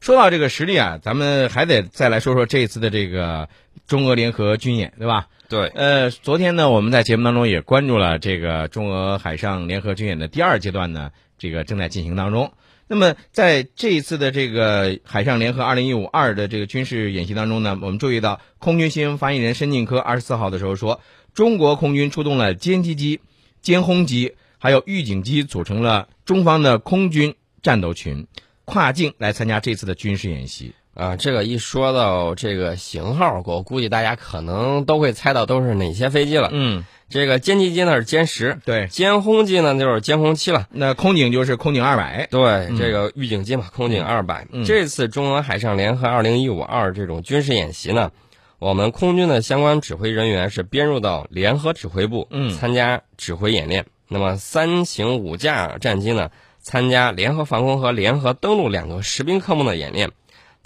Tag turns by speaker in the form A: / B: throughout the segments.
A: 说到这个实力啊，咱们还得再来说说这一次的这个中俄联合军演，对吧？
B: 对，
A: 呃，昨天呢，我们在节目当中也关注了这个中俄海上联合军演的第二阶段呢，这个正在进行当中。那么在这一次的这个海上联合二零一五二的这个军事演习当中呢，我们注意到空军新闻发言人申进科二十四号的时候说，中国空军出动了歼击机、歼轰机，还有预警机，组成了中方的空军战斗群，跨境来参加这次的军事演习。
B: 啊，这个一说到这个型号，我估计大家可能都会猜到都是哪些飞机了。
A: 嗯，
B: 这个歼击机呢是歼十，
A: 对。
B: 歼轰机呢就是歼轰七了。
A: 那空警就是空警二百，
B: 对，这个预警机嘛，空警二百、
A: 嗯
B: 这次中俄海上联合二零一五二这种军事演习呢，我们空军的相关指挥人员是编入到联合指挥部，
A: 嗯
B: 参加指挥演练。那么三型五架战机呢，参加联合防空和联合登陆两个实兵科目的演练。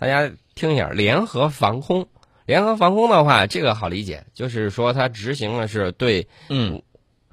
B: 大家听一下，联合防空。联合防空的话，这个好理解，就是说它执行的是对
A: 嗯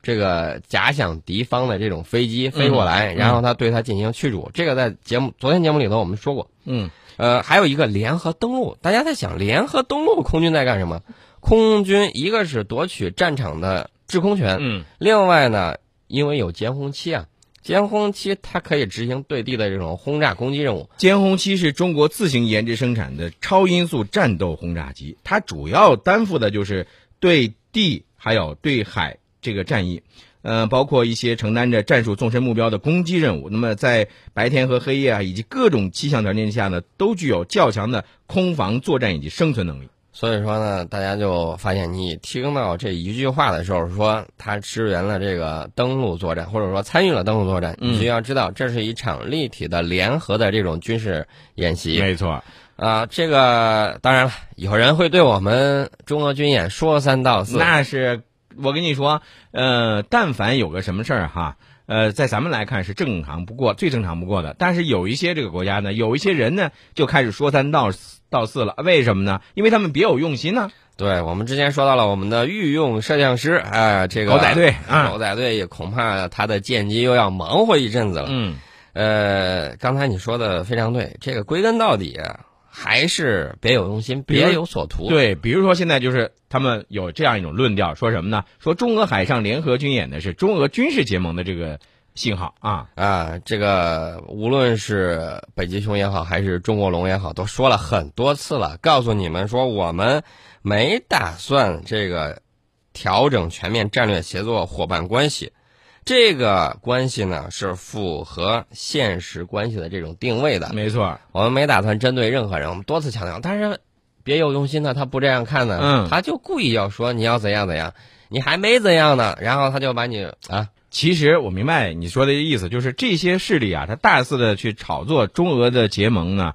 B: 这个假想敌方的这种飞机飞过来，然后他对它进行驱逐。这个在节目昨天节目里头我们说过。
A: 嗯，
B: 呃，还有一个联合登陆，大家在想联合登陆，空军在干什么？空军一个是夺取战场的制空权，
A: 嗯
B: 另外呢，因为有歼轰七啊，歼轰七它可以执行对地的这种轰炸攻击任务。
A: 歼轰七是中国自行研制生产的超音速战斗轰炸机，它主要担负的就是对地还有对海这个战役，呃，包括一些承担着战术纵深目标的攻击任务。那么在白天和黑夜啊，以及各种气象条件下呢，都具有较强的空防作战以及生存能力。
B: 所以说呢，大家就发现你听到这一句话的时候，说他支援了这个登陆作战，或者说参与了登陆作战，
A: 嗯
B: 你就要知道这是一场立体的联合的这种军事演习。
A: 没错，
B: 啊，这个当然了，有人会对我们中俄军演说三道四。
A: 那是我跟你说，呃，但凡有个什么事儿哈，呃，在咱们来看是正常不过、最正常不过的。但是有一些这个国家呢，有一些人呢，就开始说三道四道四了。为什么呢？因为他们别有用心呢、
B: 对我们之前说到了我们的御用摄像师，哎、这个
A: 狗仔队啊
B: 狗仔队也恐怕他的见机又要忙活一阵子了。
A: 嗯
B: 呃，刚才你说的非常对，这个归根到底啊还是别有用心，
A: 比如
B: 别有所图。
A: 对，比如说现在就是他们有这样一种论调，说什么呢？说中俄海上联合军演呢是中俄军事结盟的这个信号啊。
B: 啊，这个无论是北极熊也好，还是中国龙也好，都说了很多次了，告诉你们说我们没打算这个调整全面战略协作伙伴关系。这个关系呢是符合现实关系的这种定位的，
A: 没错，
B: 我们没打算针对任何人，我们多次强调。但是别有用心的他不这样看呢，
A: 嗯
B: 他就故意要说你要怎样怎样，你还没怎样呢，然后他就把你啊
A: 其实我明白你说的意思，就是这些势力啊，他大肆的去炒作中俄的结盟呢，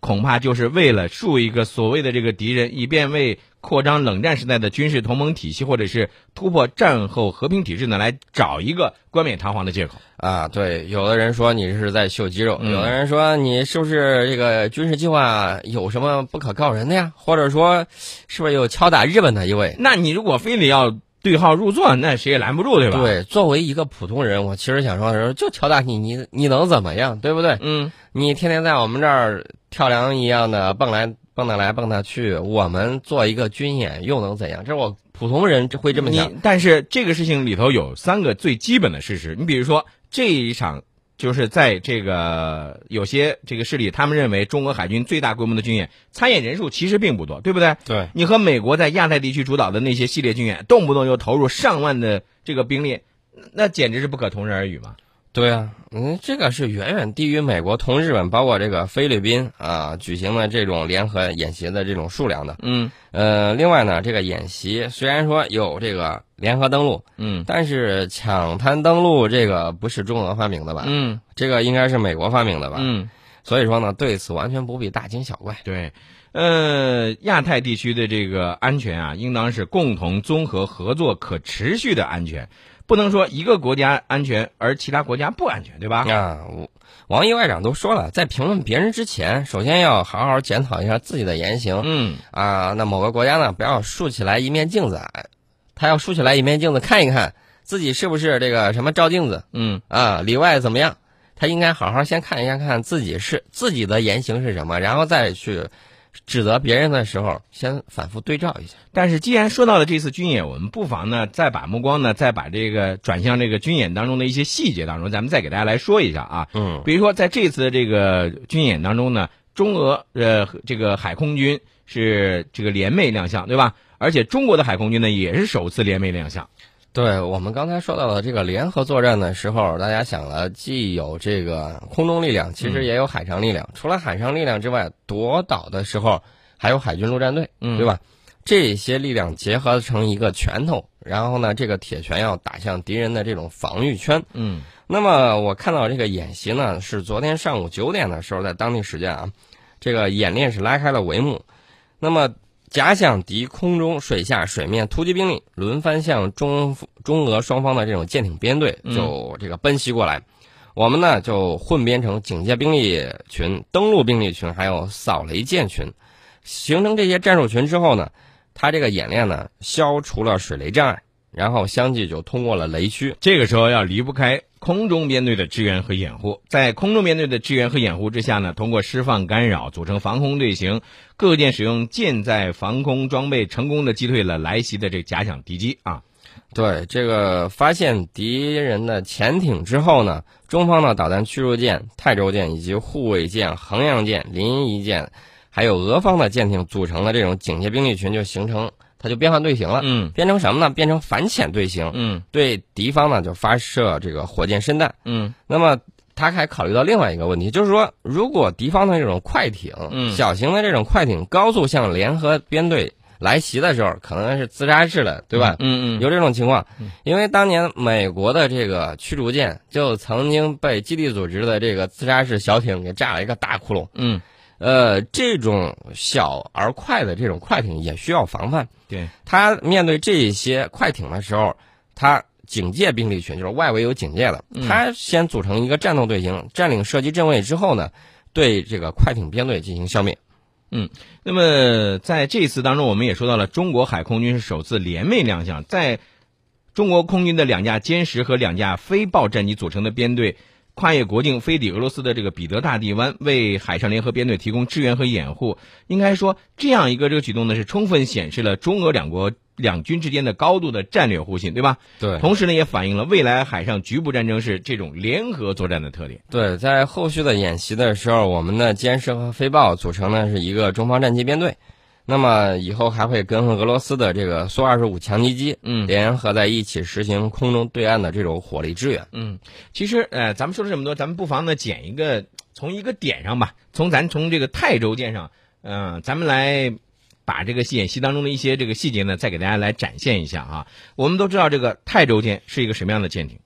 A: 恐怕就是为了树一个所谓的这个敌人，以便为扩张冷战时代的军事同盟体系，或者是突破战后和平体制呢，来找一个冠冕堂皇的借口。
B: 啊，对，有的人说你是在秀肌肉，
A: 嗯
B: 有的人说你是不是这个军事计划有什么不可告人的呀？或者说，是不是有敲打日本的意味？
A: 那你如果非得要对号入座，那谁也拦不住，对吧？，
B: 对，作为一个普通人，我其实想说的是，就敲打你，你你能怎么样，对不对？
A: 嗯，
B: 你天天在我们这儿跳梁一样的蹦来蹦跶来蹦跶去，我们做一个军演又能怎样？这是我普通人会这么想。
A: 你但是这个事情里头有三个最基本的事实，你比如说这一场。就是在这个有些这个势力，他们认为中俄海军最大规模的军演，参演人数其实并不多，对不对？
B: 对，
A: 你和美国在亚太地区主导的那些系列军演，动不动就投入上万的这个兵力，那简直是不可同日而语嘛。
B: 对啊，嗯，这个是远远低于美国同日本包括这个菲律宾啊举行的这种联合演习的这种数量的。
A: 嗯
B: 呃，另外呢，这个演习虽然说有这个联合登陆，
A: 嗯
B: 但是抢滩登陆这个不是中俄发明的吧？
A: 嗯
B: 这个应该是美国发明的吧？
A: 嗯，
B: 所以说呢，对此完全不必大惊小怪。
A: 对，呃，亚太地区的这个安全啊，应当是共同、综合、合作、可持续的安全，不能说一个国家安全而其他国家不安全，对吧？
B: 啊，我王毅外长都说了，在评论别人之前，首先要好好检讨一下自己的言行
A: 嗯，
B: 啊。那某个国家呢，不要竖起来一面镜子，哎他要竖起来一面镜子看一看自己是不是这个什么照镜子
A: 嗯
B: 啊，里外怎么样。他应该好好先看一下，看自己是自己的言行是什么，然后再去指责别人的时候，先反复对照一下。
A: 但是既然说到了这次军演，我们不妨呢再把目光呢再把这个转向这个军演当中的一些细节当中，咱们再给大家来说一下啊。
B: 嗯
A: 比如说在这次的这个军演当中呢，中俄呃这个海空军是这个联袂亮相，对吧？而且中国的海空军呢也是首次联袂亮相。
B: 对我们刚才说到的这个联合作战的时候，大家想了，既有这个空中力量，其实也有海上力量。除了海上力量之外，夺岛的时候还有海军陆战队，
A: 嗯
B: 对吧？这些力量结合成一个拳头，然后呢，这个铁拳要打向敌人的这种防御圈。
A: 嗯
B: 那么我看到这个演习呢，是昨天上午九点的时候，在当地时间啊，这个演练是拉开了帷幕。那么假想敌空中、水下、水面突击兵力轮番向中中俄双方的这种舰艇编队就这个奔袭过来，我们呢就混编成警戒兵力群、登陆兵力群，还有扫雷舰群，形成这些战术群之后呢，它这个演练呢消除了水雷障碍，然后相继就通过了雷区。
A: 这个时候要离不开空中编队的支援和掩护，在空中编队的支援和掩护之下呢，通过释放干扰，组成防空队形，各舰使用舰载防空装备，成功的击退了来袭的这假想敌机啊。
B: 对这个发现敌人的潜艇之后呢，中方的导弹驱逐舰、泰州舰以及护卫舰、衡阳舰、临沂舰，还有俄方的舰艇组成的这种警戒兵力群就形成，它就变换队形了，
A: 嗯
B: 变成什么呢？变成反潜队形，
A: 嗯
B: 对敌方呢就发射这个火箭深弹。
A: 嗯
B: 那么他还考虑到另外一个问题，就是说，如果敌方的这种快艇、
A: 嗯
B: 小型的这种快艇高速向联合编队来袭的时候，可能是自杀式的，对吧？
A: 嗯嗯
B: 有这种情况，因为当年美国的这个驱逐舰就曾经被基地组织的这个自杀式小艇给炸了一个大窟窿。
A: 嗯，
B: 呃，这种小而快的这种快艇也需要防范。
A: 对，
B: 他面对这些快艇的时候，他警戒兵力群就是外围有警戒的，
A: 嗯
B: 他先组成一个战斗队形，占领射击阵位之后呢，对这个快艇编队进行消灭。
A: 那么在这一次当中，我们也说到了中国海空军是首次联袂亮相，在中国空军的两架歼十和两架飞豹战机组成的编队，跨越国境飞抵俄罗斯的这个彼得大帝湾，为海上联合编队提供支援和掩护。应该说，这样一个这个举动呢，是充分显示了中俄两国两军之间的高度的战略互信，对吧？
B: 对
A: 同时呢，也反映了未来海上局部战争是这种联合作战的特点。
B: 对，在后续的演习的时候，我们的歼十和飞豹组成的是一个中方战机编队，那么以后还会跟俄罗斯的这个苏二十五强击机
A: 嗯
B: 联合在一起实行空中对岸的这种火力支援。
A: 嗯，其实呃，咱们说了这么多，咱们不妨呢捡一个从一个点上吧，从咱从这个泰州舰上，嗯、咱们来把这个演习当中的一些这个细节呢，再给大家来展现一下啊。我们都知道这个泰州舰是一个什么样的舰艇，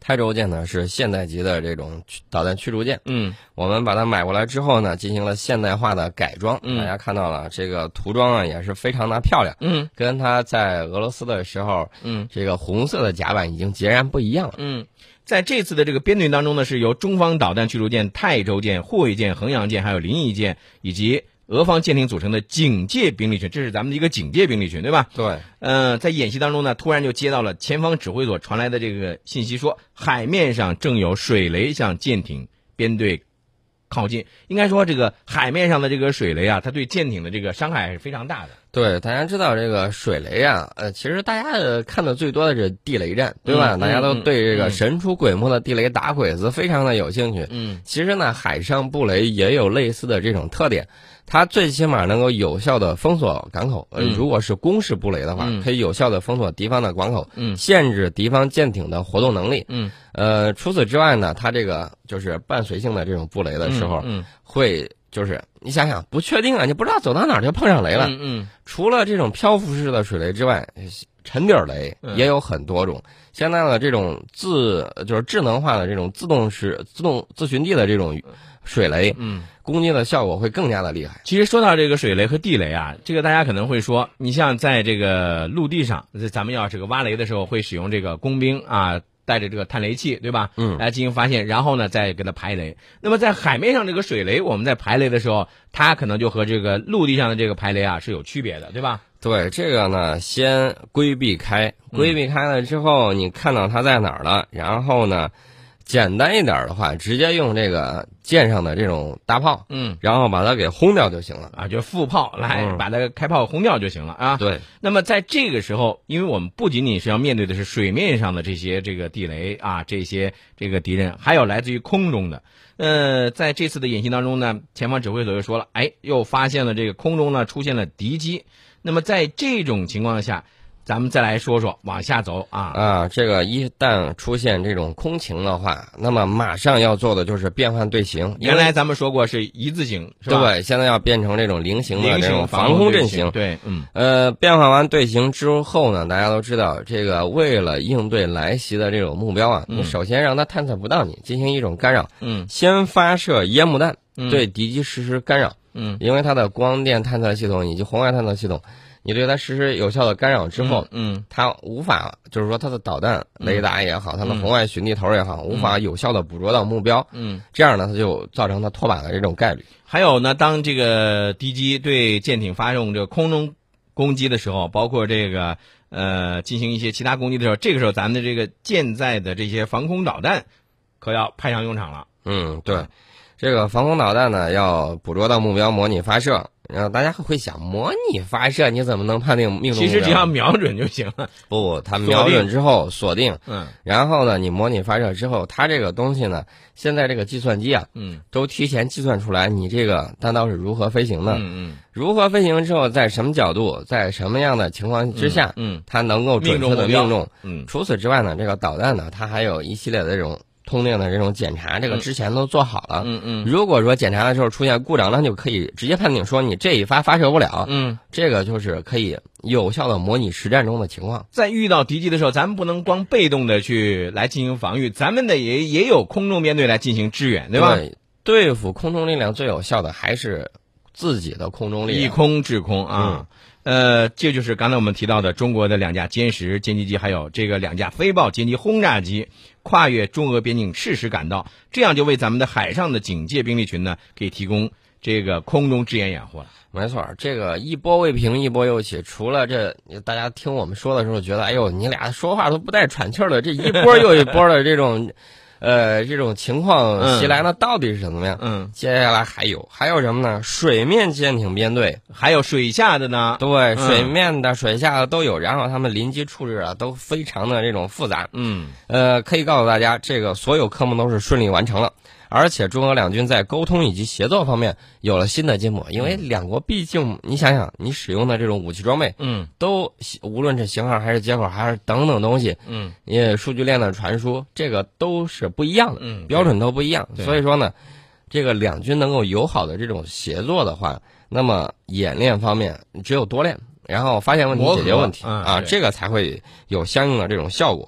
B: 泰州舰呢是现代级的这种驱导弹驱逐舰，
A: 嗯
B: 我们把它买过来之后呢，进行了现代化的改装。
A: 嗯
B: 大家看到了这个涂装啊，也是非常的漂亮，
A: 嗯
B: 跟它在俄罗斯的时候
A: 嗯
B: 这个红色的甲板已经截然不一样了。
A: 嗯，在这次的这个编队当中呢，是由中方导弹驱逐舰、泰州舰、护卫舰、衡阳舰还有临沂舰以及俄方舰艇组成的警戒兵力群，这是咱们的一个警戒兵力群，对吧？
B: 对，
A: 呃，在演习当中呢，突然就接到了前方指挥所传来的这个信息说，海面上正有水雷向舰艇编队靠近。应该说，这个海面上的这个水雷啊，它对舰艇的这个伤害还是非常大的。
B: 对，大家知道这个水雷啊，呃，其实大家呃看的最多的是地雷战，对吧？
A: 嗯
B: 大家都
A: 嗯
B: 对这
A: 嗯
B: 个神出鬼没的地雷打鬼子非常的有兴趣。
A: 嗯
B: 其实呢，海上布雷也有类似的这种特点，它最起码能够有效的封锁港口。呃
A: 嗯
B: 如果是公式布雷的话，
A: 嗯
B: 可以有效的封锁敌方的港口，
A: 嗯
B: 限制敌方舰艇的活动能力。
A: 嗯，
B: 呃，除此之外呢，它这个就是伴随性的这种布雷的时候，
A: 嗯
B: 会就是你想想不确定啊，你不知道走到哪儿就碰上雷了。
A: 嗯嗯
B: 除了这种漂浮式的水雷之外，沉底儿雷
A: 嗯
B: 也有很多种。现在的这种自呃就是智能化的这种自动式、自动自寻地的这种水雷，
A: 嗯。
B: 攻击的效果会更加的厉害。
A: 其实说到这个水雷和地雷啊，这个大家可能会说，你像在这个陆地上，咱们要这个挖雷的时候，会使用这个工兵啊，带着这个探雷器，对吧？
B: 嗯
A: 来进行发现，然后呢再给它排雷。那么在海面上这个水雷，我们在排雷的时候，它可能就和这个陆地上的这个排雷啊是有区别的，对吧？
B: 对这个呢，先规避开，规避开了之后，你看到它在哪儿了，然后呢，简单一点儿的话，直接用这个舰上的这种大炮，
A: 嗯
B: 然后把它给轰掉就行了。
A: 啊，就副炮来
B: 嗯
A: 把它开炮轰掉就行了啊。
B: 对，
A: 那么在这个时候，因为我们不仅仅是要面对的是水面上的这些这个地雷啊，这些这个敌人，还有来自于空中的。呃，在这次的演习当中呢，前方指挥所又说了，哎，又发现了这个空中呢出现了敌机。那么在这种情况下，咱们再来说说往下走啊，
B: 啊，这个一旦出现这种空情的话，那么马上要做的就是变换队形。因为
A: 原来咱们说过是一字形，是吧？
B: 对，现在要变成这种菱形的
A: 菱
B: 这种
A: 形
B: 防空阵
A: 型，
B: 型。
A: 对，嗯
B: 呃，变换完队形之后呢，大家都知道，这个为了应对来袭的这种目标啊，
A: 嗯
B: 你首先让它探测不到你，进行一种干扰，
A: 嗯
B: 先发射烟幕弹
A: 嗯
B: 对敌机实施干扰，
A: 嗯，
B: 因为它的光电探测系统以及红外探测系统，你对它实施有效的干扰之后，
A: 嗯
B: 它无法就是说它的导弹雷达也好，它的
A: 嗯
B: 红外巡地头也好，无法有效的捕捉到目标，
A: 嗯，
B: 这样呢，它就造成它脱靶的这种概率。
A: 还有呢，当这个敌机对舰艇发动这个空中攻击的时候，包括这个呃进行一些其他攻击的时候，这个时候咱们的这个舰载的这些防空导弹可要派上用场了。
B: 嗯，对，这个防空导弹呢，要捕捉到目标，模拟发射。然后大家会想，模拟发射你怎么能判定命中目标？
A: 其实只要瞄准就行了。
B: 不，它瞄准之后锁定，
A: 嗯
B: 然后呢，你模拟发射之后，它这个东西呢，现在这个计算机啊，
A: 嗯
B: 都提前计算出来你这个弹道是如何飞行的，
A: 嗯嗯，
B: 如何飞行之后，在什么角度，在什么样的情况之下，
A: 嗯
B: 它能够准确的
A: 命中目标
B: 命中。
A: 嗯
B: 除此之外呢，这个导弹呢，它还有一系列的这种通令的这种检查，这个之前都做好了。
A: 嗯嗯
B: 如果说检查的时候出现故障，那就可以直接判定说你这一发发射不了，
A: 嗯，
B: 这个就是可以有效的模拟实战中的情况。
A: 在遇到敌机的时候，咱们不能光被动的去来进行防御，咱们得也也有空中编队来进行支援，对吧？
B: 对付空中力量最有效的还是自己的空中力嗯
A: 以
B: 量。
A: 空制空啊。呃，这就是刚才我们提到的中国的两架歼十歼击机，还有这个两架飞豹歼击轰炸机，跨越中俄边境适时赶到，这样就为咱们的海上的警戒兵力群呢，给提供这个空中支援掩护了。
B: 没错，这个一波未平，一波又起。除了这，大家听我们说的时候觉得，哎呦，你俩说话都不带喘气儿的，这一波又一波的这种，呃，这种情况袭来呢，到底是怎么样？
A: 嗯，
B: 接下来还有还有什么呢？水面舰艇编队，
A: 还有水下的呢，
B: 对，
A: 嗯
B: 水面的、水下的都有，然后他们临机处置啊，都非常的这种复杂。
A: 嗯
B: 呃，可以告诉大家，这个所有科目都是顺利完成了，而且中俄两军在沟通以及协作方面有了新的进步，因为两国毕竟你想想，你使用的这种武器装备
A: 嗯
B: 都无论是型号还是接口还是等等东西，
A: 嗯
B: 也数据链的传输，这个都是不一样的，
A: 嗯，
B: 标准都不一样，
A: 对
B: 所以说呢，这个两军能够友好的这种协作的话，那么演练方面只有多练，然后发现问题
A: 磨合
B: 解决问题
A: 嗯
B: 啊，
A: 对
B: 这个才会有相应的这种效果。